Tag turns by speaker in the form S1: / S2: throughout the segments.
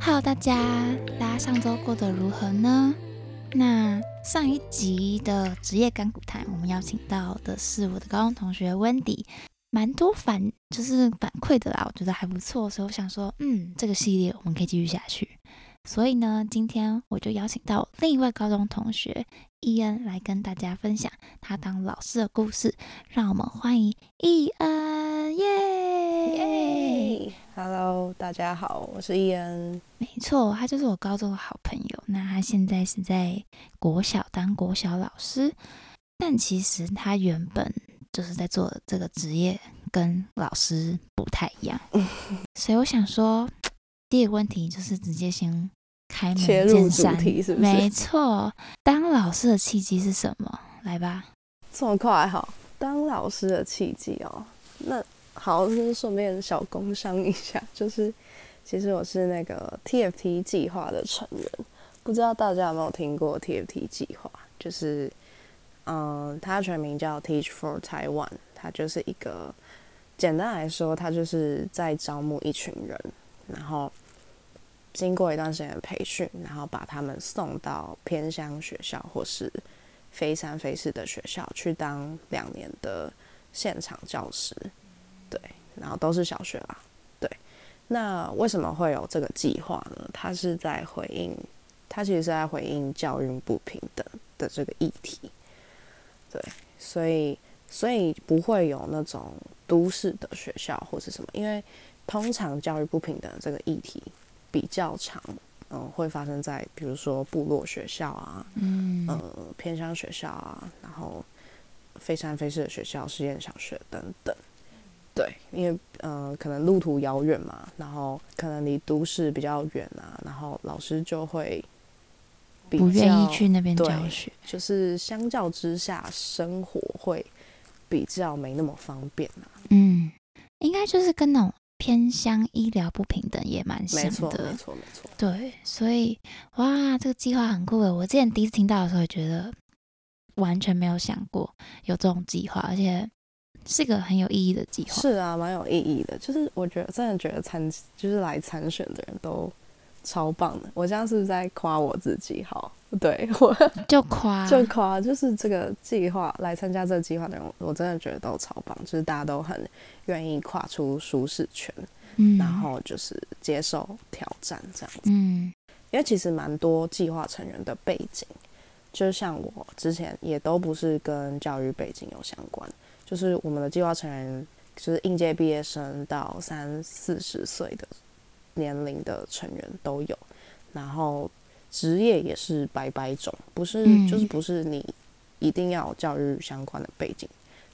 S1: Hello，大家，大家上周过得如何呢？那上一集的职业干股谈，我们邀请到的是我的高中同学 Wendy，蛮多反就是反馈的啦，我觉得还不错，所以我想说，嗯，这个系列我们可以继续下去。所以呢，今天我就邀请到另一位高中同学伊恩来跟大家分享他当老师的故事，让我们欢迎伊恩，耶！
S2: Hello，大家好，我是伊恩。
S1: 没错，他就是我高中的好朋友。那他现在是在国小当国小老师，但其实他原本就是在做这个职业，跟老师不太一样。所以我想说，第一个问题就是直接先开门
S2: 切入
S1: 见
S2: 主
S1: 山，
S2: 题是不
S1: 没
S2: 是？
S1: 错，当老师的契机是什么？来吧，
S2: 这么快哈？当老师的契机哦，那好，就是顺便小工商一下，就是其实我是那个 TFT 计划的成员，不知道大家有没有听过 TFT 计划？就是嗯、呃它全名叫 Teach for Taiwan，它就是一个简单来说，它就是在招募一群人，然后经过一段时间的培训，然后把他们送到偏乡学校或是非三非四的学校去当两年的现场教师，对，然后都是小学啦，对。那为什么会有这个计划呢？它是在回应，它其实是在回应教育不平等的这个议题，对，所以所以不会有那种都市的学校或是什么，因为通常教育不平等的这个议题比较常，嗯，会发生在比如说部落学校啊，
S1: 嗯，
S2: 呃偏乡学校啊，然后非山非市的学校、实验小学等等。对，因为呃可能路途遥远嘛，然后可能离都市比较远啊，然后老师就会比
S1: 不愿意
S2: 较
S1: 去那边
S2: 对
S1: 教学，
S2: 就是相较之下生活会比较没那么方便啊。
S1: 嗯，应该就是跟那种偏乡医疗不平等也蛮像
S2: 没错，
S1: 的
S2: 没，错，没错。
S1: 对，所以哇，这个计划很酷诶！欸我之前第一次听到的时候，也觉得完全没有想过有这种计划，而且是个很有意义的计划。
S2: 是啊，蛮有意义的。就是我觉得真的觉得参就是来参选的人都超棒的。我这样是不是在夸我自己？好，对我
S1: 就夸，
S2: 就夸，就是这个计划来参加这个计划的人，我真的觉得都超棒，就是大家都很愿意跨出舒适圈，
S1: 嗯，
S2: 然后就是接受挑战这样子。
S1: 嗯
S2: 因为其实蛮多计划成员的背景，就像我之前也都不是跟教育背景有相关，就是我们的计划成员就是应届毕业生到三四十岁的年龄的成员都有，然后职业也是百百种，不是、
S1: 嗯
S2: 就是不是你一定要有教育相关的背景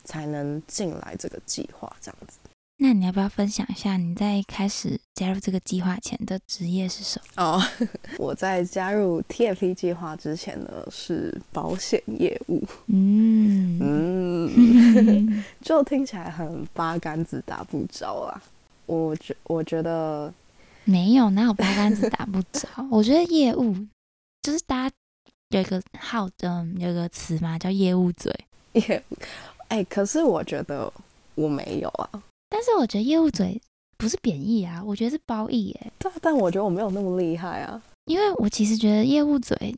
S2: 才能进来这个计划这样子。
S1: 那你要不要分享一下你在开始加入这个计划前的职业是什么？
S2: 哦， 我在加入 TFP 计划之前呢是保险业务，
S1: 嗯
S2: 嗯，
S1: 嗯
S2: 就听起来很八竿子打不着啦。我觉我觉得
S1: 没有，哪有八竿子打不着？我觉得业务就是大家有一个号，嗯，有一个词嘛，叫业务嘴。
S2: 也，哎、可是我觉得我没有啊。
S1: 但是我觉得业务嘴不是贬义啊，我觉得是褒义耶、
S2: 但但我觉得我没有那么厉害啊。
S1: 因为我其实觉得业务嘴，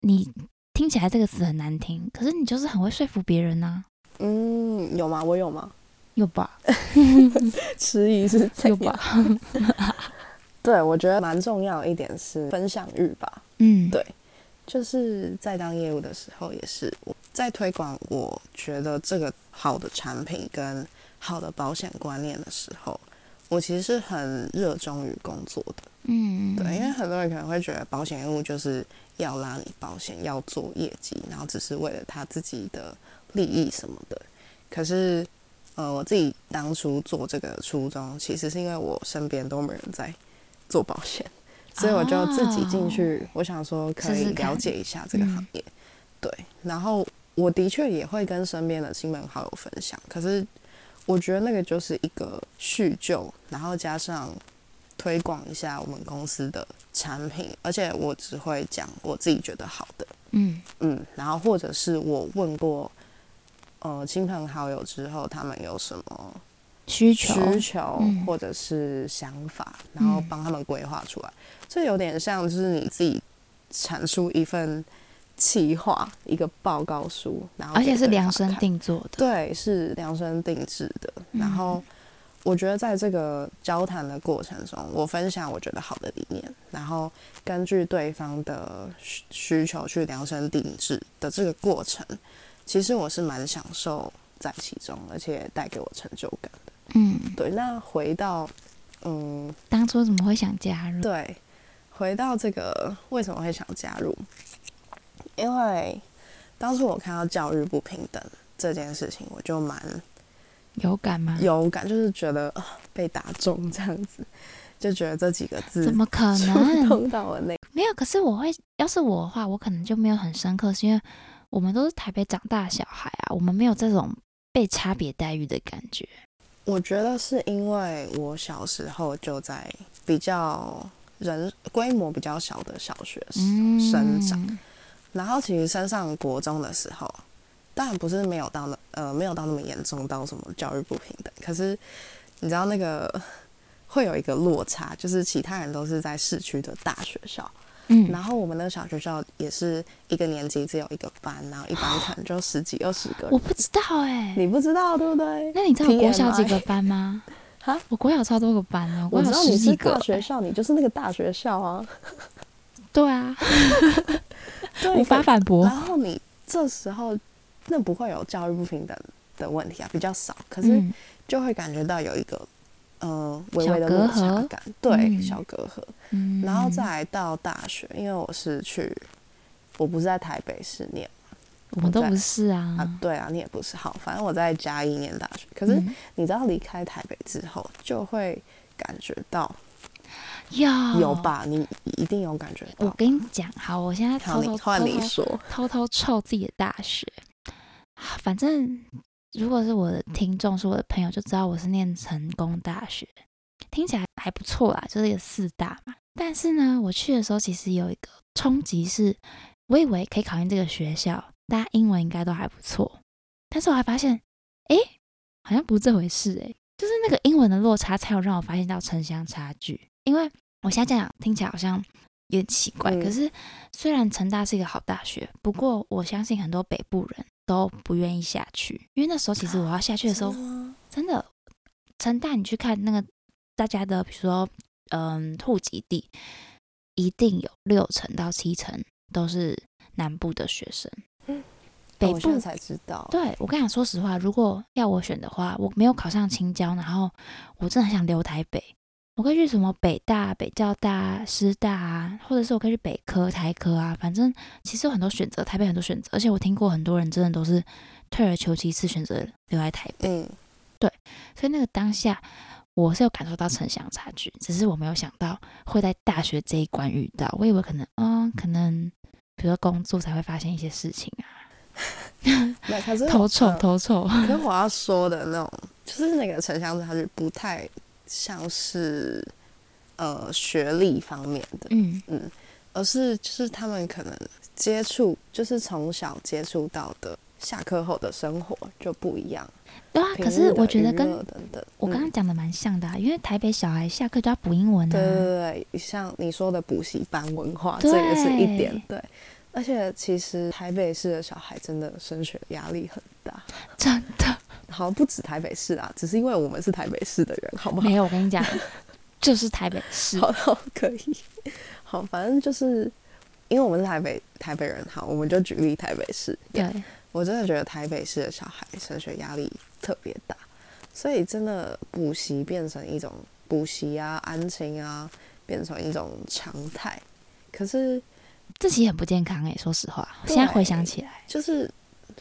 S1: 你听起来这个词很难听，可是你就是很会说服别人呐、
S2: 嗯，有吗？我有吗？
S1: 有吧？
S2: 迟疑是怎
S1: 有
S2: 样？
S1: 吧？
S2: 对，我觉得蛮重要的一点是分享欲吧。
S1: 嗯，
S2: 对就是在当业务的时候，也是我在推广我觉得这个好的产品跟好的保险观念的时候，我其实是很热衷于工作的。
S1: 嗯，
S2: 对，因为很多人可能会觉得保险业务就是要拉你保险，要做业绩，然后只是为了他自己的利益什么的。可是，呃，我自己当初做这个初衷，其实是因为我身边都没人在做保险，所以我就自己进去，我想说可
S1: 啊试
S2: 以
S1: 试看
S2: 了解一下这个行业。对，然后我的确也会跟身边的亲朋好友分享，可是我觉得那个就是一个叙旧，然后加上推广一下我们公司的产品，而且我只会讲我自己觉得好的，
S1: 嗯
S2: 嗯，然后或者是我问过，呃亲朋好友之后，他们有什么
S1: 需求，
S2: 需求
S1: 嗯
S2: 或者是想法，然后
S1: 嗯
S2: 帮他们规划出来。这有点像就是你自己产出一份企划，一个报告书，然后
S1: 而
S2: 给
S1: 且是
S2: 对
S1: 量
S2: 方
S1: 身
S2: 看
S1: 定嗯做的。
S2: 对，是量身定制的。然后我觉得在这个交谈的过程中，我分享我觉得好的理念，然后根据对方的需需求去量身定制的这个过程，其实我是蛮享受在其中，而且带给我成就感的。
S1: 嗯，
S2: 对，那回到嗯，
S1: 当初怎么会想加入？
S2: 对，回到这个为什么会想加入？因为当初我看到教育不平等这件事情，我就蛮
S1: 有感吗？
S2: 有感，就是觉得、呃、被打中这样子，就觉得这几个字
S1: 怎么可
S2: 触
S1: 能？
S2: 动到我内。
S1: 没有。可是我会，要是我的话，我可能就没有很深刻，是因为我们都是台北长大的小孩啊，我们没有这种被差别待遇的感觉。
S2: 我觉得是因为我小时候就在比较人规模比较小的小学时，
S1: 嗯，
S2: 生长然后其实升上国中的时候，当然不是没有到那呃没有到那么严重到什么教育不平等，可是你知道那个会有一个落差，就是其他人都是在市区的大学校，
S1: 嗯，
S2: 然后我们那个小学校也是一个年级只有一个班，然后一班可能就十几二十个
S1: 我哎
S2: 人。
S1: 不知道哎、
S2: 你不知道对不对？
S1: 那你知道我国小几
S2: TMI
S1: 个班吗？
S2: 哈，
S1: 我国小超多个班呢，国
S2: 我知
S1: 小
S2: 道你
S1: 十
S2: 是
S1: 几个
S2: 大学
S1: 欸。
S2: 校，你就是那个大学校啊。
S1: 对啊，
S2: 对
S1: 无法反驳
S2: 然。后你这时候那不会有教育不平等的问题啊，比较少，可是
S1: 嗯，
S2: 就会感觉到有一个呃微
S1: 小
S2: 微的
S1: 隔
S2: 落差
S1: 阂
S2: 感，对
S1: 嗯
S2: 小隔阂。
S1: 嗯
S2: 然后再来到大学，因为我是去，我不是在台北市念
S1: 我们都
S2: 在
S1: 不是啊。
S2: 啊，对啊，你也不是好，反正我在嘉义念大学，可是。
S1: 嗯
S2: 你知道离开台北之后，就会感觉到
S1: 要
S2: 有？吧？你一定有感觉
S1: 哦我
S2: 到。
S1: 跟你讲，好，我现在
S2: 好，
S1: 偷
S2: 你
S1: 偷
S2: 换
S1: 偷
S2: 你
S1: 偷
S2: 说。
S1: 偷偷臭自己的大学。啊反正如果是我的听众是我的朋友，就知道我是念成功大学，听起来还不错啦，就是有四大嘛。但是呢，我去的时候其实有一个冲击是，我以为可以考进这个学校，大家英文应该都还不错，但是我还发现，诶，好像不是这回事诶，就是那个英文的落差才有让我发现到城乡差距。因为我现在这样听起来好像有点奇怪，
S2: 嗯
S1: 可是虽然成大是一个好大学，不过我相信很多北部人都不愿意下去，因为那时候其实我要下去的时候，
S2: 真吗
S1: 真的，成大你去看那个大家的，比如说嗯户籍地，一定有六成到七成都是南部的学生
S2: 嗯，
S1: 北
S2: 哦我现
S1: 部
S2: 在才知道。
S1: 对我跟你讲，说实话，如果要我选的话，我没有考上青椒，然后我真的很想留台北。我可以去什么北大、北交大、师大啊，或者是我可以去北科、台科啊，反正其实有很多选择，台北很多选择，而且我听过很多人真的都是退而求其次，选择留在台北。
S2: 嗯，
S1: 所以那个当下，我是有感受到城乡差距，只是我没有想到会在大学这一关遇到。我以为可能，嗯，可能比如说工作才会发现一些事情啊，
S2: 那可是
S1: 偷
S2: 臭
S1: 臭，偷臭。
S2: 嗯可是我要说的那种，就是那个城乡差距不太像是呃学历方面的，
S1: 嗯
S2: 而是就是他们可能接触，就是从小接触到的下课后的生活就不一样。
S1: 对啊，
S2: 平
S1: 可
S2: 日
S1: 是
S2: 的
S1: 我觉得
S2: 娱
S1: 跟
S2: 乐等等，
S1: 我刚
S2: 嗯
S1: 刚讲的蛮像的、啊，因为台北小孩下课就要补英文
S2: 对对
S1: 啊，
S2: 对对，像你说的补习班文化，这也是一点对。而且其实台北市的小孩真的升学压力很大，
S1: 真 的
S2: 好像不止台北市啊，只是因为我们是台北市的人，好不好
S1: 没？有。我跟你讲， 就是台北市，
S2: 好好可以，好，反正就是因为我们是台北台北人，好，我们就举例台北市。
S1: 对，
S2: 我真的觉得台北市的小孩升学压力特别大，所以真的补习变成一种补习啊、安亲啊，变成一种常态。可是
S1: 自己很不健康哎、说实话，
S2: 对
S1: 现在回想起来，
S2: 就是，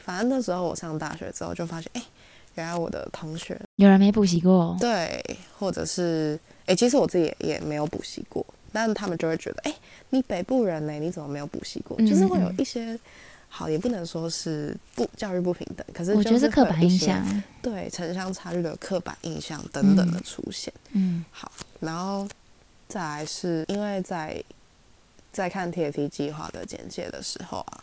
S2: 反正那时候我上大学之后就发现，哎、原来我的同学
S1: 有人没补习过，
S2: 对，或者是哎、其实我自己也也没有补习过，但他们就会觉得，哎、你北部人呢、你怎么没有补习过？就是会有
S1: 嗯嗯
S2: 一些。好，也不能说是不教育不平等，可是
S1: 我觉得
S2: 就是
S1: 刻
S2: 会有
S1: 板
S2: 一
S1: 印
S2: 些
S1: 象，
S2: 对城乡差距的刻板印象等等的
S1: 嗯
S2: 出现。
S1: 嗯
S2: 好，然后再来是因为在在看 TFT 计划的简介的时候啊，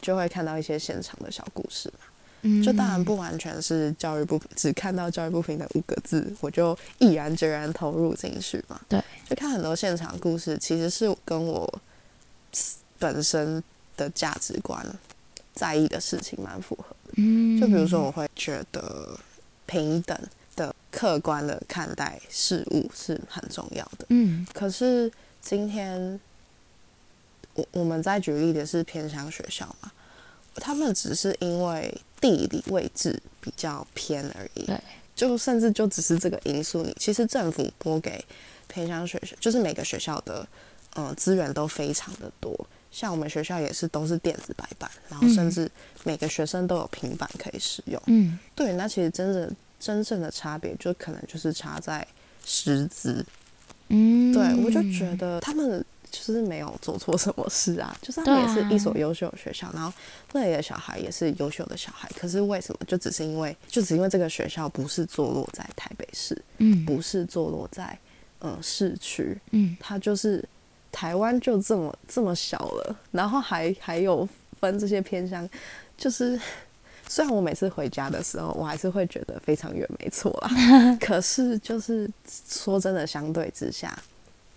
S2: 就会看到一些现场的小故事嘛。
S1: 嗯，
S2: 就当然不完全是教育不平，只看到教育不平等五个字，我就毅然决然投入进去嘛。
S1: 对，
S2: 就看很多现场故事，其实是跟我本身的价值观在意的事情蛮符合。
S1: 嗯，
S2: 就比如说，我会觉得平等的、客观的看待事物是很重要的。
S1: 嗯，
S2: 可是今天，我我们在举例的是偏乡学校嘛，他们只是因为地理位置比较偏而已
S1: 对，
S2: 就甚至就只是这个因素，你其实政府拨给偏乡学校，就是每个学校的嗯资源都非常的多。像我们学校也是都是电子白板，然后甚
S1: 嗯
S2: 至每个学生都有平板可以使用。
S1: 嗯，
S2: 对，那其实真正真正的差别，就可能就是差在师资
S1: 嗯，
S2: 对，我就觉得他们就是没有做错什么事啊，就是他
S1: 对
S2: 们也是一所
S1: 啊
S2: 优秀的学校，然后那里的小孩也是优秀的小孩，可是为什么就只是因为就只因为这个学校不是坐落在台北市，
S1: 嗯，
S2: 不是坐落在呃市区，
S1: 嗯，
S2: 它就是台湾就这么这么小了，然后还还有分这些偏乡，就是 虽然我每次回家的时候，我还是会觉得非常远，没错啦，可是就是说真的，相对之下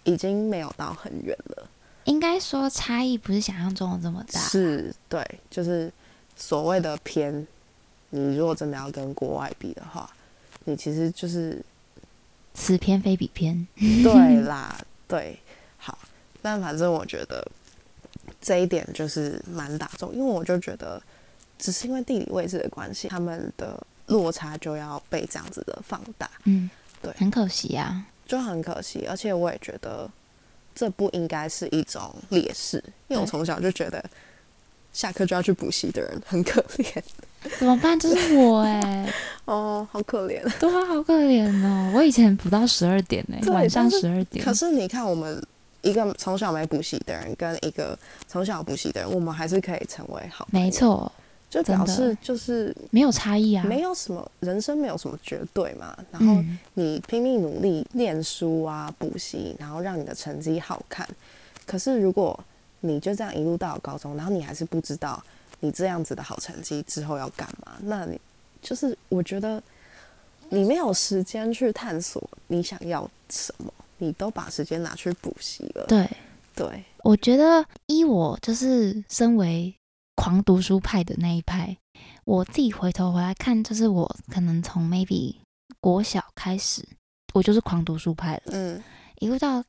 S2: 已经没有到很远了，
S1: 应该说差异不是想象中的这么大，
S2: 是对，就是所谓的偏，你如果真的要跟国外比的话，你其实就是
S1: 此偏非彼偏，
S2: 对啦， 对，好，但反正我觉得这一点就是蛮打中，因为我就觉得只是因为地理位置的关系，他们的落差就要被这样子的放大，
S1: 嗯，
S2: 对
S1: 很可惜啊，
S2: 就很可惜。而且我也觉得这不应该是一种劣势，因为我
S1: 对
S2: 从小就觉得下课就要去补习的人很可怜
S1: 怎么办？这是我哎、
S2: 哦，好可怜。
S1: 对啊，好可怜哦，我以前补到十二点呢、
S2: 对
S1: 晚上
S2: 但是
S1: 十二点，
S2: 可是你看，我们一个从小没补习的人，跟一个从小补习的人，我们还是可以成为好朋友
S1: 没错，
S2: 就
S1: 真
S2: 表
S1: 的
S2: 示就是
S1: 没有差异啊，
S2: 没有什么人生没有什么绝对嘛，然后
S1: 嗯，
S2: 你拼命努力念书啊、补习，然后让你的成绩好看。可是如果你就这样一路到高中，然后你还是不知道你这样子的好成绩之后要干嘛，那你就是我觉得你没有时间去探索你想要什么，你都把时间拿去补习了。
S1: 对，
S2: 对，
S1: 我觉得依我就是身为狂读书派的那一派，我自己回头回来看，就是我可能从 maybe 国小开始，我就是狂读书派了，
S2: 嗯，
S1: 一路到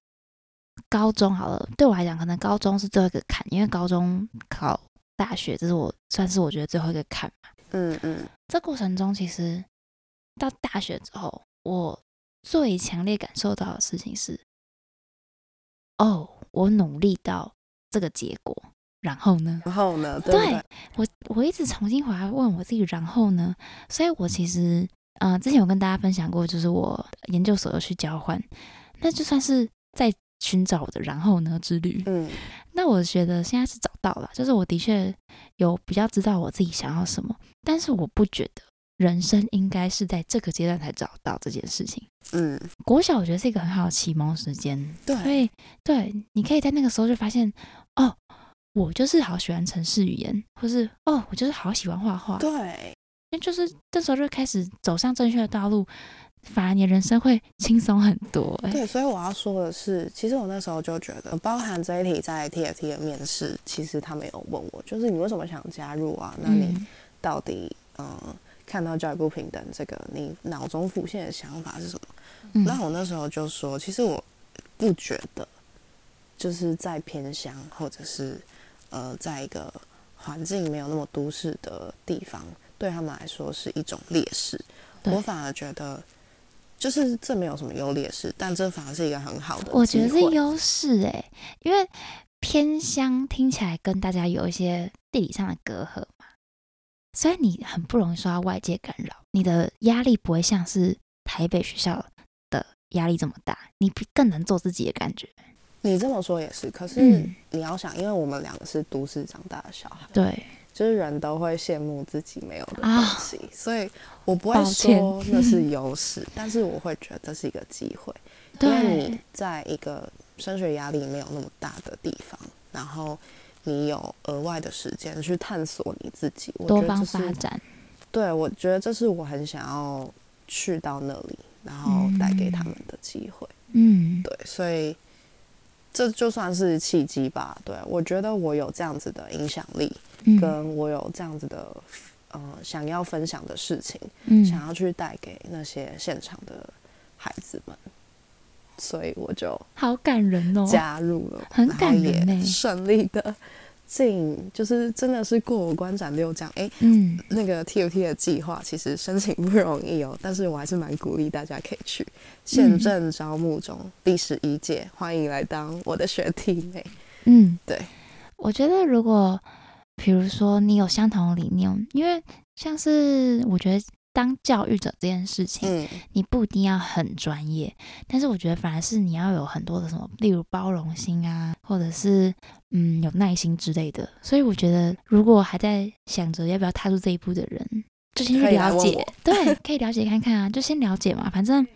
S1: 高中好了，对我来讲，可能高中是最后一个坎，因为高中考大学，这是我算是我觉得最后一个坎嘛。
S2: 嗯嗯
S1: 这过程中，其实到大学之后，我最强烈感受到的事情是，哦，我努力到这个结果，然后呢？
S2: 然后呢？对不
S1: 对我，我一直重新回来问我自己，然后呢？所以我其实，呃，之前有跟大家分享过，就是我研究所有去交换，那就算是在寻找我的然后呢之旅。
S2: 嗯
S1: 那我觉得现在是找到了，就是我的确有比较知道我自己想要什么，但是我不觉得人生应该是在这个阶段才找到这件事情。
S2: 嗯，
S1: 国小我觉得是一个很好的启蒙时间，所
S2: 对，
S1: 以对，你可以在那个时候就发现，哦，我就是好喜欢城市语言，或是哦，我就是好喜欢画画，
S2: 对，
S1: 那就是这时候就开始走上正确的道路，反而你的人生会轻松很多、哎，
S2: 对，所以我要说的是，其实我那时候就觉得，呃包含这一题在 TFT 的面试，其实他们有问我，就是你为什么想加入啊？那你
S1: 嗯
S2: 到底嗯、呃看到教育不平等这个，你脑中浮现的想法是什么？
S1: 嗯
S2: 那我那时候就说，其实我不觉得，就是在偏乡或者是呃，在一个环境没有那么都市的地方，对他们来说是一种劣势。
S1: 对
S2: 我反而觉得，就是这没有什么优劣势，但这反而是一个很好的机会。
S1: 我觉得是优势哎、因为偏乡听起来跟大家有一些地理上的隔阂嘛，所以你很不容易受到外界干扰，你的压力不会像是台北学校的压力这么大，你比更能做自己的感觉。
S2: 你这么说也是，可是
S1: 嗯，
S2: 你要想，因为我们两个是都市长大的小孩，
S1: 对，
S2: 就是人都会羡慕自己没有的东
S1: 啊
S2: 西，所以我不
S1: 抱
S2: 会
S1: 歉
S2: 说那是优势，但是我会觉得这是一个机会。因为
S1: 对
S2: 你，在一个升学压力没有那么大的地方，然后你有额外的时间去探索你自己，我
S1: 多
S2: 觉得
S1: 方
S2: 这
S1: 发
S2: 是
S1: 展，
S2: 对，我觉得这是我很想要去到那里，然后带给他们的机会。
S1: 嗯，
S2: 对，所以这就算是契机吧。对我觉得我有这样子的影响力，
S1: 嗯
S2: 跟我有这样子的呃想要分享的事情，
S1: 嗯，
S2: 想要去带给那些现场的孩子们，所以我就
S1: 好感人哦，
S2: 加入了，
S1: 很
S2: 然后
S1: 感人
S2: 也
S1: 欸
S2: 顺利的进，就是真的是过我观展六奖。诶，
S1: 嗯，
S2: 那个 TFT 的计划其实申请不容易哦，但是我还是蛮鼓励大家可以去。现正招募中第十一届，欢迎来当我的学弟妹。
S1: 嗯，
S2: 对。
S1: 我觉得如果比如说你有相同的理念，因为像是我觉得当教育者这件事情，
S2: 嗯，
S1: 你不一定要很专业，但是我觉得反而是你要有很多的什么，例如包容心啊，或者是嗯有耐心之类的。所以我觉得，如果还在想着要不要踏入这一步的人，就先去
S2: 可以来
S1: 了
S2: 问
S1: 解
S2: 我，
S1: 对，可以了解看看啊，就先了解嘛，反正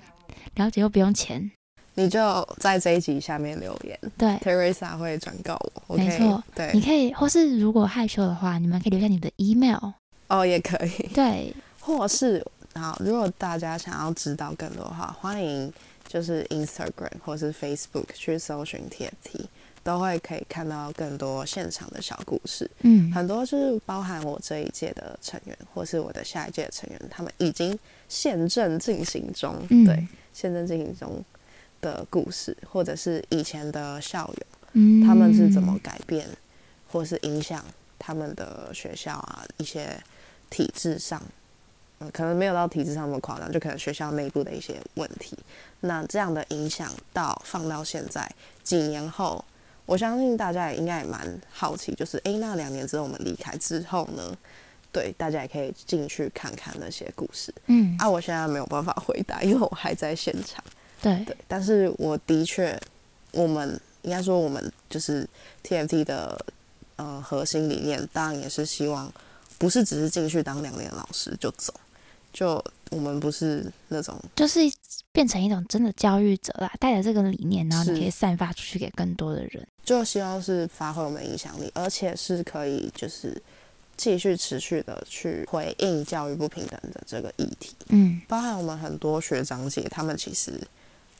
S1: 了解又不用钱，
S2: 你就在这一集下面留言
S1: 对。
S2: ，Teresa 会转告我。我可
S1: 没错
S2: 以，对
S1: 你，可以，或是如果害羞的话，你们可以留下你的 email。
S2: 哦，也可以。
S1: 对，
S2: 或是好，如果大家想要知道更多的话，欢迎就是 Instagram 或是 Facebook 去搜寻 TFT，都会可以看到更多现场的小故事，
S1: 嗯，
S2: 很多是包含我这一届的成员，或是我的下一届的成员，他们已经现正进行中，
S1: 嗯
S2: 对，，现正进行中的故事，或者是以前的校友。
S1: 嗯，
S2: 他们是怎么改变或是影响他们的学校啊一些体制上，嗯，可能没有到体制上那么夸张，就可能学校内部的一些问题。那这样的影响到放到现在几年后，我相信大家也应该也蛮好奇，就是诶，那两年之后我们离开之后呢？对，大家也可以进去看看那些故事
S1: 嗯，
S2: 啊！我现在没有办法回答，因为我还在现场。
S1: 对，
S2: 对，但是我的确，我们应该说我们就是 TFT 的呃核心理念，当然也是希望不是只是进去当两年老师就走，就我们不是那种
S1: 就是变成一种真的教育者啦，带着这个理念，然后你
S2: 是
S1: 可以散发出去给更多的人。
S2: 就希望是发挥我们的影响力，而且是可以就是继续持续的去回应教育不平等的这个议题。
S1: 嗯
S2: 包含我们很多学长姐，他们其实，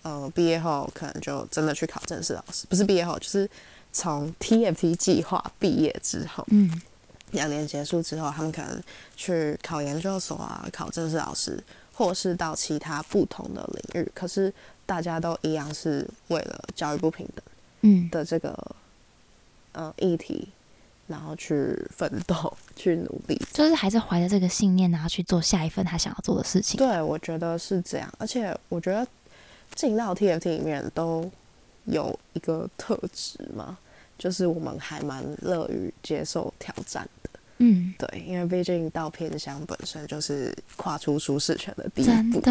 S2: 呃，毕业后可能就真的去考正式老师，不是毕业后，就是从 TFT 计划毕业之后，
S1: 嗯
S2: 两年结束之后，他们可能去考研究所啊，考正式老师，或是到其他不同的领域，可是大家都一样是为了教育不平等
S1: 嗯，
S2: 的这个，呃，议题，然后去奋斗，去努力，
S1: 就是还是怀着这个信念，然后去做下一份他想要做的事情。
S2: 对，我觉得是这样，而且我觉得进到 TFT 里面都有一个特质嘛，就是我们还蛮乐于接受挑战的。
S1: 嗯，
S2: 对，因为毕竟到偏乡本身就是跨出舒适圈的第一
S1: 真
S2: 步。
S1: 的，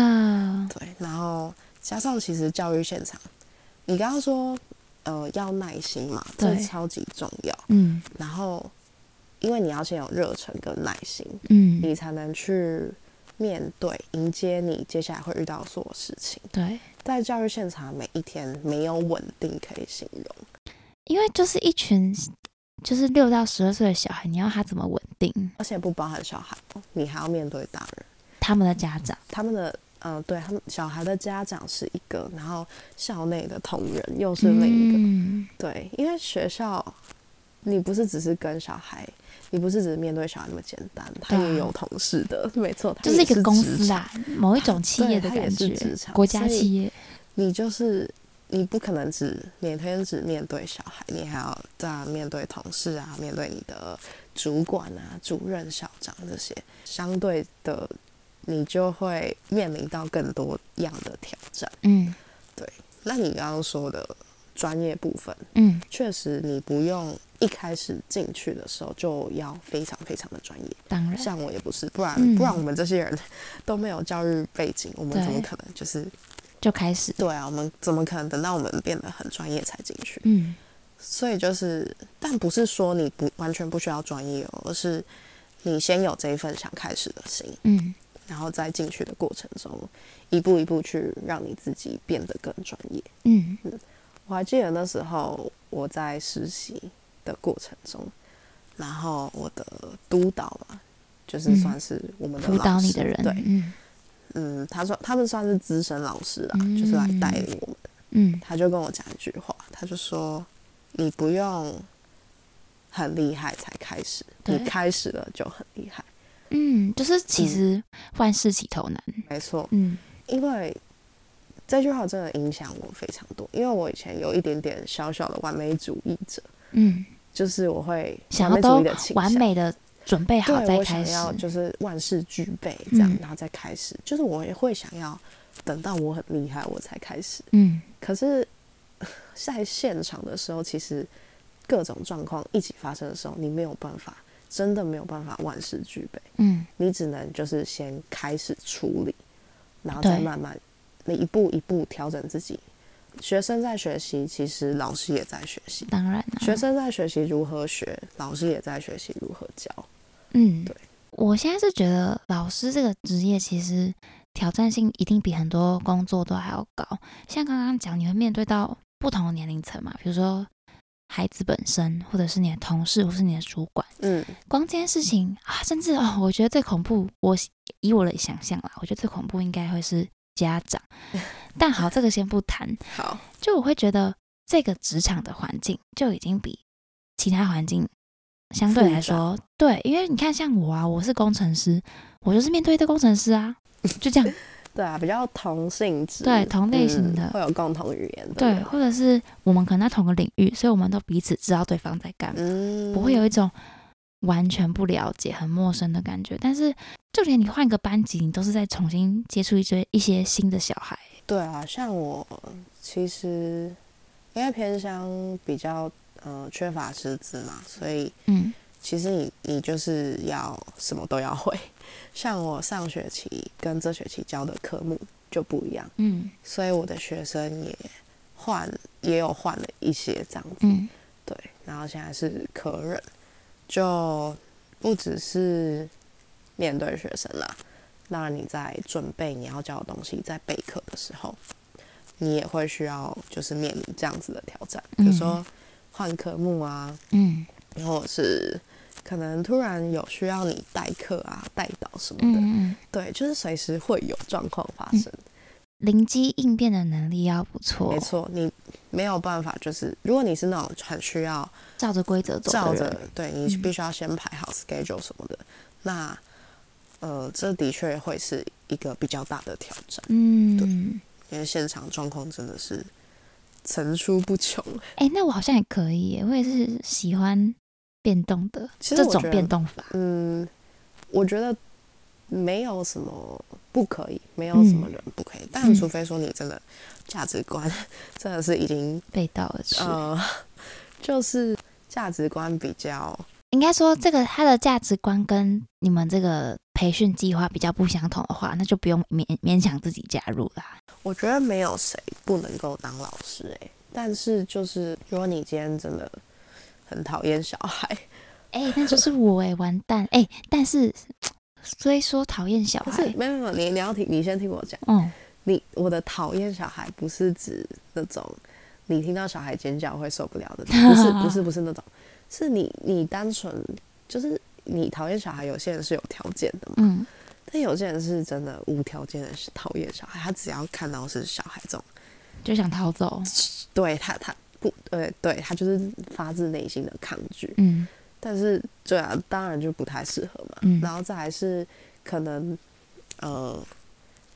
S2: 对，然后加上其实教育现场，你刚刚说呃要耐心嘛，这
S1: 对
S2: 超级重要。
S1: 嗯
S2: 然后因为你要先有热忱跟耐心，
S1: 嗯，
S2: 你才能去面对、迎接你接下来会遇到所有事情。
S1: 对，
S2: 在教育现场，每一天没有稳定可以形容。
S1: 因为就是一群就是六到十二岁的小孩，你要他怎么稳定
S2: 而且不包含小孩哦，你还要面对大人，
S1: 他们的家长？
S2: 他们的。嗯，对他们小孩的家长是一个，然后校内的同仁又是另一个。
S1: 嗯
S2: 对，因为学校，你不是只是跟小孩，你不是只是面对小孩那么简单，他
S1: 对啊
S2: 也有同事的，没错，他
S1: 就是一
S2: 也
S1: 个公
S2: 职
S1: 司
S2: 场
S1: 啦，某一种企
S2: 对
S1: 业的
S2: 它也
S1: 感
S2: 是
S1: 觉
S2: 职，场
S1: 国家
S2: 所以
S1: 企业，
S2: 你就是你不可能只每天只面对小孩，你还要再面对同事啊，面对你的主管啊、主任、校长这些，相对的，你就会面临到更多样的挑战。
S1: 嗯
S2: 那你刚刚说的专业部分，
S1: 嗯，
S2: 确实你不用一开始进去的时候就要非常非常的专业，
S1: 当然，
S2: 像我也不是，不然、
S1: 嗯
S2: 不然我们这些人 都没有教育背景，我们怎么
S1: 对
S2: 可能就是
S1: 就开始，
S2: 对啊，我们怎么可能等到我们变得很专业才进去？
S1: 嗯
S2: 所以就是，但不是说你不完全不需要专业哦，而是你先有这一份想开始的心，
S1: 嗯
S2: 然后在进去的过程中，一步一步去让你自己变得更专业。
S1: 嗯
S2: 我还记得那时候我在实习的过程中，然后我的督导吧，啊就是算是我们的
S1: 嗯辅导
S2: 老
S1: 你
S2: 师
S1: 的人，
S2: 对，
S1: 嗯
S2: 嗯，他说他们算是资深老师啦，
S1: 嗯
S2: 就是来带领我们。
S1: 嗯
S2: 他就跟我讲一句话，他就说：“你不用很厉害才开始，
S1: 对
S2: 你开始了就很厉害。
S1: 嗯，就是其
S2: 嗯
S1: 实万事起头难，”
S2: 没错，
S1: 嗯
S2: 因为这句话真的影响我非常多，因为我以前有一点点小小的完美主义者，
S1: 嗯，
S2: 就是我会
S1: 想
S2: 完
S1: 要都
S2: 美主义的倾
S1: 完
S2: 向。
S1: 美的准备好
S2: 对，
S1: 再
S2: 我
S1: 开
S2: 想
S1: 始，
S2: 要就是万事俱备这样，
S1: 嗯
S2: 然后再开始。就是我也会想要等到我很厉害我才开始，
S1: 嗯
S2: 可是，在现场的时候，其实各种状况一起发生的时候，你没有办法，真的没有办法万事俱备，
S1: 嗯
S2: 你只能就是先开始处理，然后再
S1: 对
S2: 慢慢，你一步一步调整自己。学生在学习，其实老师也在学习；
S1: 当然啊啦、
S2: 学生在学习如何学，老师也在学习如何教。
S1: 嗯，
S2: 对
S1: 我现在是觉得老师这个职业其实挑战性一定比很多工作都还要高。像刚刚讲，你会面对到不同的年龄层嘛，比如说孩子本身，或者是你的同事，或是你的主管。
S2: 嗯，
S1: 光这件事情啊，甚至哦，我觉得最恐怖，我以我的想象啦，我觉得最恐怖应该会是家长。 但好，这个先不谈。
S2: 好，
S1: 就我会觉得这个职场的环境就已经比其他环境相对来说，对，因为你看像我啊，我是工程师，我就是面对一堆工程师啊，就 这样，
S2: 对啊，比较同性质，
S1: 对同类型
S2: 嗯
S1: 的
S2: 会有共同语言的，
S1: 对，，或者是我们可能在同个领域，所以我们都彼此知道对方在干嘛，
S2: 嗯，
S1: 不会有一种完全不了解、很陌生的感觉。但是就连你换个班级，你都是在重新接触一些一些新的小孩，
S2: 对啊，像我其实因为偏乡比较呃缺乏师资嘛，所以
S1: 嗯
S2: 其实你你就是要什么都要会。像我上学期跟这学期教的科目就不一样，
S1: 嗯
S2: 所以我的学生也换也有换了一些这样子。
S1: 嗯
S2: 对，然后现在是科任，就不只是面对学生啦，当然你在准备你要教的东西，在备课的时候，你也会需要就是面临这样子的挑战，比如说换科目啊，
S1: 嗯
S2: 然后是可能突然有需要你代课啊、代导什么
S1: 嗯
S2: 的，
S1: 嗯，
S2: 对，就是随时会有状况发
S1: 嗯
S2: 生。
S1: 灵机应变的能力要不错，哦
S2: 没，错，你没有办法，就是如果你是那种很需要
S1: 照着规则走
S2: 照
S1: 的
S2: 着
S1: 人，
S2: 对你
S1: 嗯
S2: 必须要先排好 schedule 什么的。那呃，这的确会是一个比较大的挑战，
S1: 嗯。
S2: 因为现场状况真的是层出不穷。
S1: 哎、那我好像也可以耶，我也是喜欢变动的
S2: 其实
S1: 这
S2: 我
S1: 种
S2: 觉得
S1: 变动法。
S2: 嗯，我觉得没有什么不可以，没有什么
S1: 嗯
S2: 人不可以，但除
S1: 嗯
S2: 非说你真的价值观 真的是已经
S1: 背道而驰，
S2: 呃， 就是价值观比较
S1: 应该说这个它的价值观跟你们这个培训计划比较不相同的话，那就不用勉勉强自己加入啦。
S2: 我觉得没有谁不能够当老师哎、但是就是如果你今天真的很讨厌小孩，
S1: 哎、 那就是我哎、完蛋哎、但是虽说讨厌小
S2: 不是
S1: 孩，
S2: 没有没有，你你要听，你先听我讲，
S1: 嗯
S2: 你我的讨厌小孩不是指那种你听到小孩尖叫会受不了的，不是不是不是那种，是你你单纯就是你讨厌小孩，有些人是有条件的嘛，
S1: 嗯
S2: 但有些人是真的无条件的讨厌小孩，他只要看到是小孩这种，
S1: 就想逃走，
S2: 对他他不对对他就是发自内心的抗拒，
S1: 嗯
S2: 但是对啊，当然就不太适合嘛。
S1: 嗯
S2: 然后再来是可能，呃，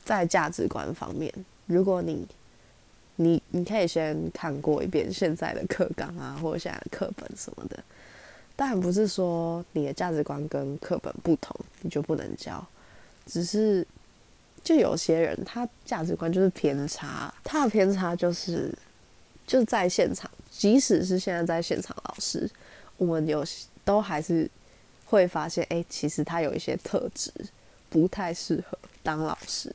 S2: 在价值观方面，如果你你你可以先看过一遍现在的课纲啊，或者现在的课本什么的。当然不是说你的价值观跟课本不同，你就不能教，只是就有些人他价值观就是偏差，他的偏差就是就在现场，即使是现在在现场老师，我们有时都还是会发现，哎、其实他有一些特质不太适合当老师。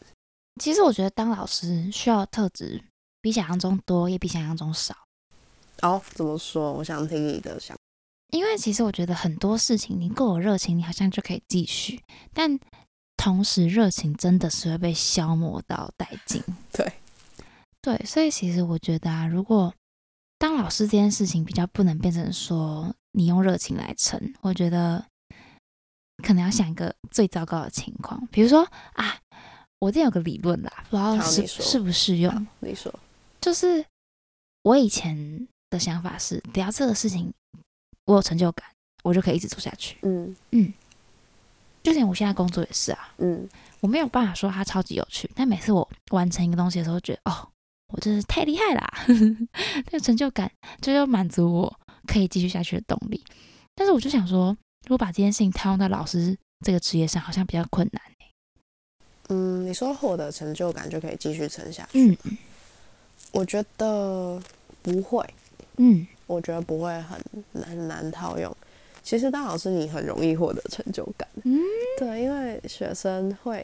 S1: 其实我觉得当老师需要的特质比想象中多，也比想象中少。
S2: 哦，怎么说？我想听你的想法。
S1: 因为其实我觉得很多事情，你够有热情，你好像就可以继续，但同时热情真的是会被消磨到殆尽。
S2: 对，
S1: 对，所以其实我觉得啊，如果当老师这件事情比较不能变成说你用热情来撑，我觉得可能要想一个最糟糕的情况，比如说啊，我这有个理论啦，不知道
S2: 好
S1: 适
S2: 你说
S1: 适不适用，
S2: 你说，
S1: 就是我以前的想法是，只要这个事情我有成就感，我就可以一直做下去。
S2: 嗯
S1: 就连我现在工作也是啊，
S2: 嗯
S1: 我没有办法说它超级有趣，但每次我完成一个东西的时候，觉得哦，我真是太厉害啦， 那个成就感这就满足我可以继续下去的动力。但是我就想说，如果把这件事情套用到老师这个职业上，好像比较困难。
S2: 嗯，你说获得成就感就可以继续撑下去，
S1: 嗯
S2: 我觉得不会，
S1: 嗯
S2: 我觉得不会很很难套用。其实当老师你很容易获得成就感，
S1: 嗯，
S2: 对，因为学生会，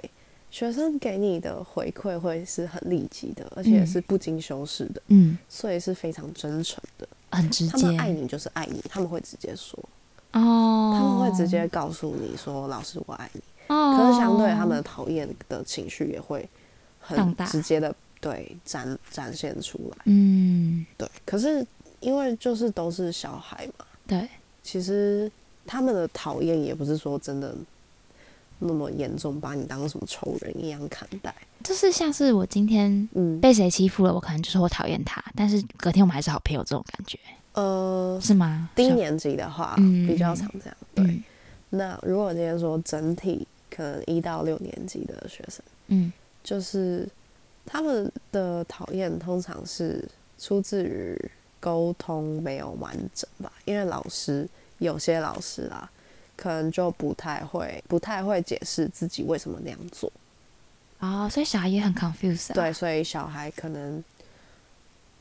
S2: 学生给你的回馈会是很立即的，而且
S1: 嗯
S2: 是不经修饰的，
S1: 嗯，
S2: 所以是非常真诚的。
S1: 很直
S2: 他
S1: 接
S2: 们爱你就是爱你，他们会直接说，
S1: 哦，
S2: 他们会直接告诉你说：“老师，我爱你。”
S1: 哦，
S2: 可是相对他们的讨厌的情绪也会
S1: 放
S2: 很
S1: 大
S2: 直接的对展展现出来。
S1: 嗯，
S2: 对，可是因为就是都是小孩嘛，
S1: 对，
S2: 其实他们的讨厌也不是说真的那么严重，把你当什么仇人一样看待。
S1: 就是像是我今天
S2: 嗯，
S1: 被谁欺负了，我可能就说我讨厌他，但是隔天我们还是好朋友，这种感觉
S2: 呃，
S1: 是吗？
S2: 低
S1: 是吧
S2: 年级的话、
S1: 嗯
S2: 比较常这样。对，
S1: 嗯
S2: 那如果今天说整体可能一到六年级的学生，
S1: 嗯
S2: 就是他们的讨厌通常是出自于沟通没有完整吧，因为老师有些老师啦，可能就不太会不太会解释自己为什么那样做。
S1: 哦，所以小孩也很 confused、啊。
S2: 对，，所以小孩可能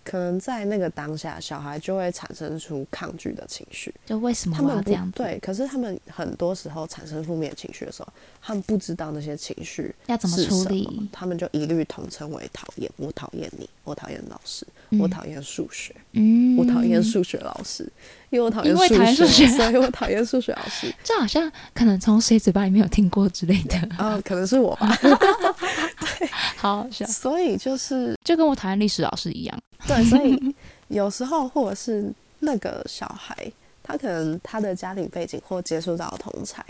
S2: 可能在那个当下，小孩就会产生出抗拒的情绪。
S1: 就为什么
S2: 他
S1: 我
S2: 们
S1: 要
S2: 不
S1: 这样做？
S2: 对，可是他们很多时候产生负面情绪的时候，他们不知道那些情绪
S1: 要怎么
S2: 是
S1: 处
S2: 什
S1: 理？
S2: 他们就一律统称为讨厌。我讨厌你，我讨厌老师，我
S1: 嗯
S2: 讨厌数学，
S1: 嗯
S2: 我讨厌，数学老师，因为我讨厌
S1: 因为讨厌
S2: 数
S1: 数学
S2: 所以我讨厌数学老师。
S1: 这好像可能从谁嘴巴里面有听过之类的，
S2: 啊，可能是 我吧。
S1: 好好笑，
S2: 所以就是
S1: 就跟我讨厌历史老师一样。
S2: 对，所以有时候或者是那个小孩，他可能他的家庭背景或接触到的同才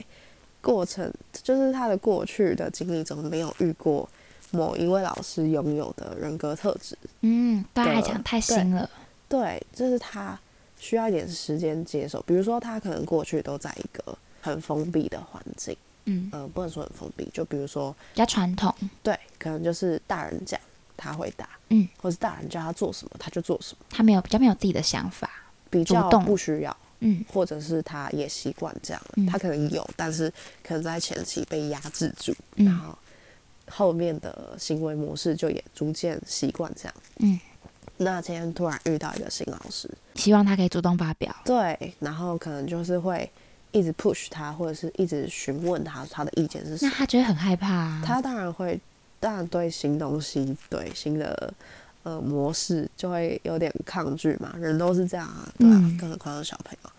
S2: 过程，就是他的过去的经历中没有遇过某一位老师拥有的人格特质，
S1: 嗯，对他来
S2: 对
S1: 讲太新了。
S2: 对，这、是他需要一点时间接受。比如说，他可能过去都在一个很封闭的环境，
S1: 嗯，
S2: 呃，不能说很封闭，就比如说，
S1: 比较传统。
S2: 对，可能就是大人讲他会打，
S1: 嗯，
S2: 或是大人叫他做什么他就做什么，
S1: 他没有比较没有自己的想法。
S2: 比
S1: 主
S2: 较
S1: 动
S2: 不需要。
S1: 嗯
S2: 或者是他也习惯这样了，
S1: 嗯
S2: 他可能有，但是可能在前期被压制住，
S1: 嗯
S2: 然后后面的行为模式就也逐渐习惯这样。
S1: 嗯，
S2: 那今天突然遇到一个新老师，
S1: 希望他可以主动发表。
S2: 对，然后可能就是会一直 push 他，或者是一直询问他他的意见是什
S1: 那
S2: 么，
S1: 他就会很害怕、啊。
S2: 他当然会，当然对新东西、对新的呃模式就会有点抗拒嘛，人都是这样啊，对啊，
S1: 嗯
S2: 更何况是小朋友，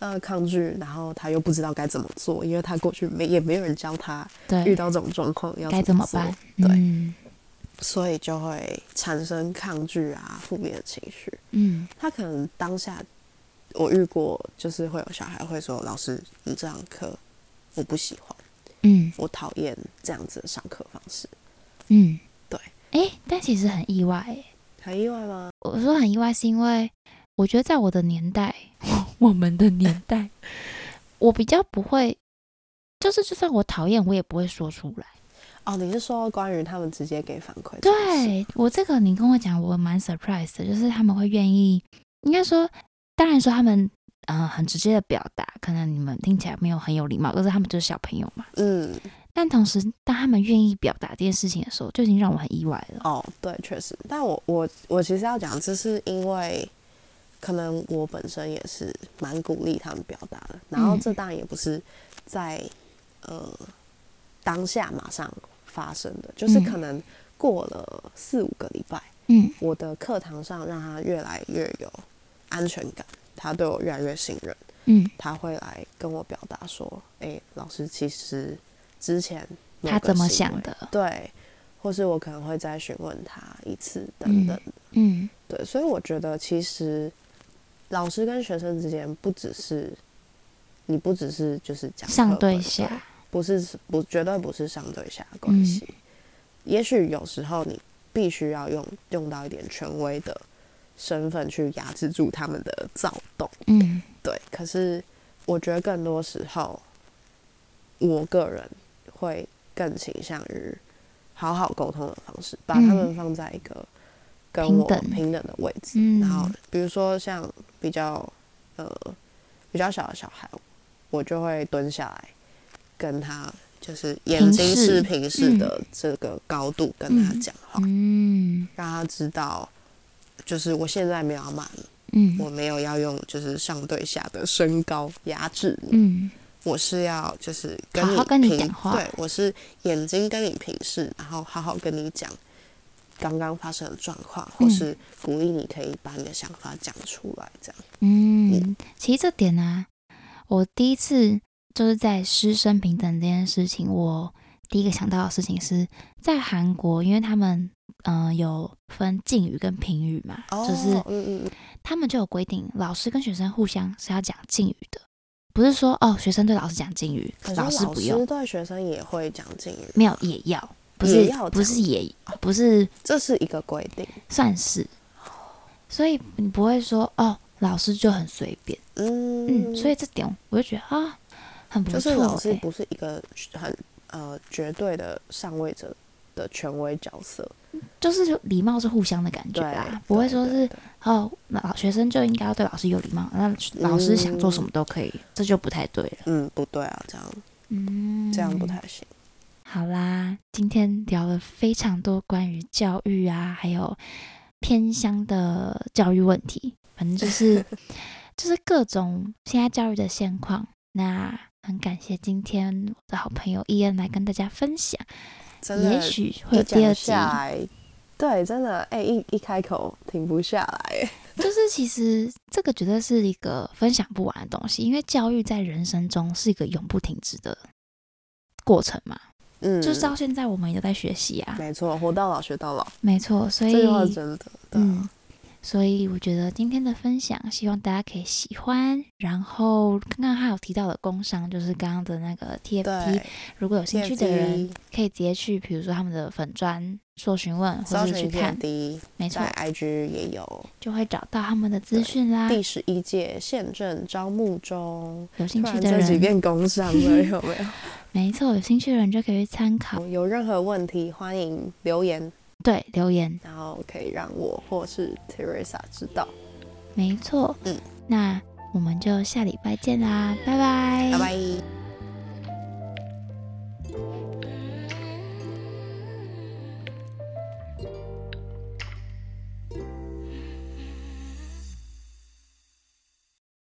S2: 呃，抗拒，然后他又不知道该怎么做，因为他过去没也没有人教他，
S1: 对
S2: 遇到这种状况要
S1: 该
S2: 怎
S1: 怎么
S2: 做
S1: 办？
S2: 对
S1: 嗯
S2: 所以就会产生抗拒啊，负面的情绪。
S1: 嗯
S2: 他可能当下我遇过，就是会有小孩会说：“老师，你这堂课我不喜欢，
S1: 嗯
S2: 我讨厌这样子的上课方式。
S1: 嗯，
S2: 对。
S1: 哎、但其实很意外、欸。”
S2: 很意外吗？
S1: 我说很意外，是因为我觉得在我的年代， 我们的年代， 我比较不会，就是就算我讨厌，我也不会说出来。
S2: 哦，你是说关于他们直接给反馈？，
S1: 对我这个，你跟我讲，我蛮 surprise 的，就是他们会愿意，应该说，当然说他们。呃，很直接的表达，可能你们听起来没有很有礼貌，可是他们就是小朋友嘛。
S2: 嗯，
S1: 但同时，当他们愿意表达这件事情的时候，就已经让我很意外了。
S2: 哦，对，确实。但我我我其实要讲，这是因为可能我本身也是蛮鼓励他们表达的，然后
S1: 嗯
S2: 这当然也不是在、呃当下马上发生的，就是
S1: 嗯
S2: 可能过了四五个礼拜，
S1: 嗯
S2: 我的课堂上让他越来越有安全感，他对我越来越信任。
S1: 嗯，
S2: 他会来跟我表达说：“哎、老师，其实之前某
S1: 他
S2: 个
S1: 怎么
S2: 行
S1: 想
S2: 为
S1: 的？
S2: 对，或是我可能会再询问他一次等
S1: 嗯
S2: 等。
S1: 嗯
S2: 对，所以我觉得其实老师跟学生之间不只是你不只是就是讲
S1: 上
S2: 课本
S1: 对下，嗯
S2: 身，不是不绝对不是上对下的关系。也许有时候你必须要用用到一点权威的身份去压制住他们的躁动，
S1: 嗯
S2: 对。可是我觉得更多时候，我个人会更倾向于好好沟通的方式，把他们
S1: 嗯
S2: 放在一个跟
S1: 平
S2: 我
S1: 等
S2: 平等的位置。然后
S1: 嗯，
S2: 比如说像比较呃比较小的小孩，我就会蹲下来跟他就是眼
S1: 平
S2: 睛
S1: 视
S2: 是平视
S1: 嗯
S2: 的这个高度跟他
S1: 嗯
S2: 讲话，
S1: 嗯
S2: 让他知道。就是我现在没有要骂你，我
S1: 嗯
S2: 没有要用就是上对下的身高压制你，
S1: 嗯
S2: 我是要就是跟
S1: 好
S2: 你
S1: 好跟你
S2: 平
S1: 讲话
S2: 对我是眼睛跟你平视，然后好好跟你讲刚刚发生的状况，或
S1: 嗯
S2: 是鼓励你可以把你的想法讲出来，这样。
S1: 嗯，其实这点啊，我第一次就是在师生平等这件事情，我第一个想到的事情是在韩国，因为他们嗯、呃有分敬语跟评语嘛，就是
S2: 嗯嗯
S1: 他们就有规定，老师跟学生互相是要讲敬语的，不是说哦学生对老师讲敬语，
S2: 嗯，
S1: 老
S2: 可是
S1: 师
S2: 老
S1: 不用
S2: 师，对学生也会讲敬语，
S1: 没有也要，不
S2: 也
S1: 是
S2: 要
S1: 不
S2: 讲哦
S1: 是也不是
S2: 这是一个规定。
S1: 算是，所以你不会说哦老师就很随便，
S2: 嗯
S1: 嗯，所以这点我就觉得啊很不
S2: 就
S1: 错、
S2: 是
S1: 欸，
S2: 老师不是一个很呃绝对的上位者的权威角色，
S1: 就是礼貌是互相的感觉
S2: 对
S1: 啦，，啊不会
S2: 对
S1: 说
S2: 对
S1: 是
S2: 对
S1: 哦，老学生就应该要对老师有礼貌，那老师想做什么都可以，这就不太对了。
S2: 嗯不对啊，这样
S1: 嗯，
S2: 这样不太行。
S1: 好啦。今天聊了非常多关于教育啊，还有偏乡的教育问题，反正就是就是各种现在教育的现况。那很感谢今天我的好朋友伊恩来跟大家分享，
S2: 真的
S1: 也许会
S2: 一
S1: 有第
S2: 讲
S1: 二集。
S2: 下啊来，对，真的，哎、一一开口停不下来，
S1: 就是其实这个绝对是一个分享不完的东西，因为教育在人生中是一个永不停止的过程嘛，
S2: 嗯，
S1: 就是到现在我们也在学习啊，
S2: 没错，活到老学到老，
S1: 没错，所
S2: 这
S1: 以
S2: 句话是真的，对啊、
S1: 嗯，所以我觉得今天的分享，希望大家可以喜欢。然后刚刚还有提到的工商，就是刚刚的那个 TFT，
S2: 对，
S1: 如果有兴趣的人
S2: TFT
S1: 可以直接去，比如说他们的粉砖做询问，
S2: 搜
S1: 或是去
S2: 寻
S1: 看，
S2: TFD，
S1: 没错
S2: 在，IG 也有
S1: 就会找到他们的资讯啦。
S2: 第十一届县政招募中，
S1: 有
S2: 突
S1: 兴趣
S2: 然
S1: 的
S2: 这几
S1: 人。
S2: 遍工伤 了，有 没有？
S1: 没错，有兴趣的人就可以去参考，
S2: 有任何问题欢迎留言，
S1: 对，留言，
S2: 然后可以让我或是 Teresa 知道。
S1: 没错，
S2: 嗯，
S1: 那我们就下礼拜见啦，拜拜，
S2: 拜拜。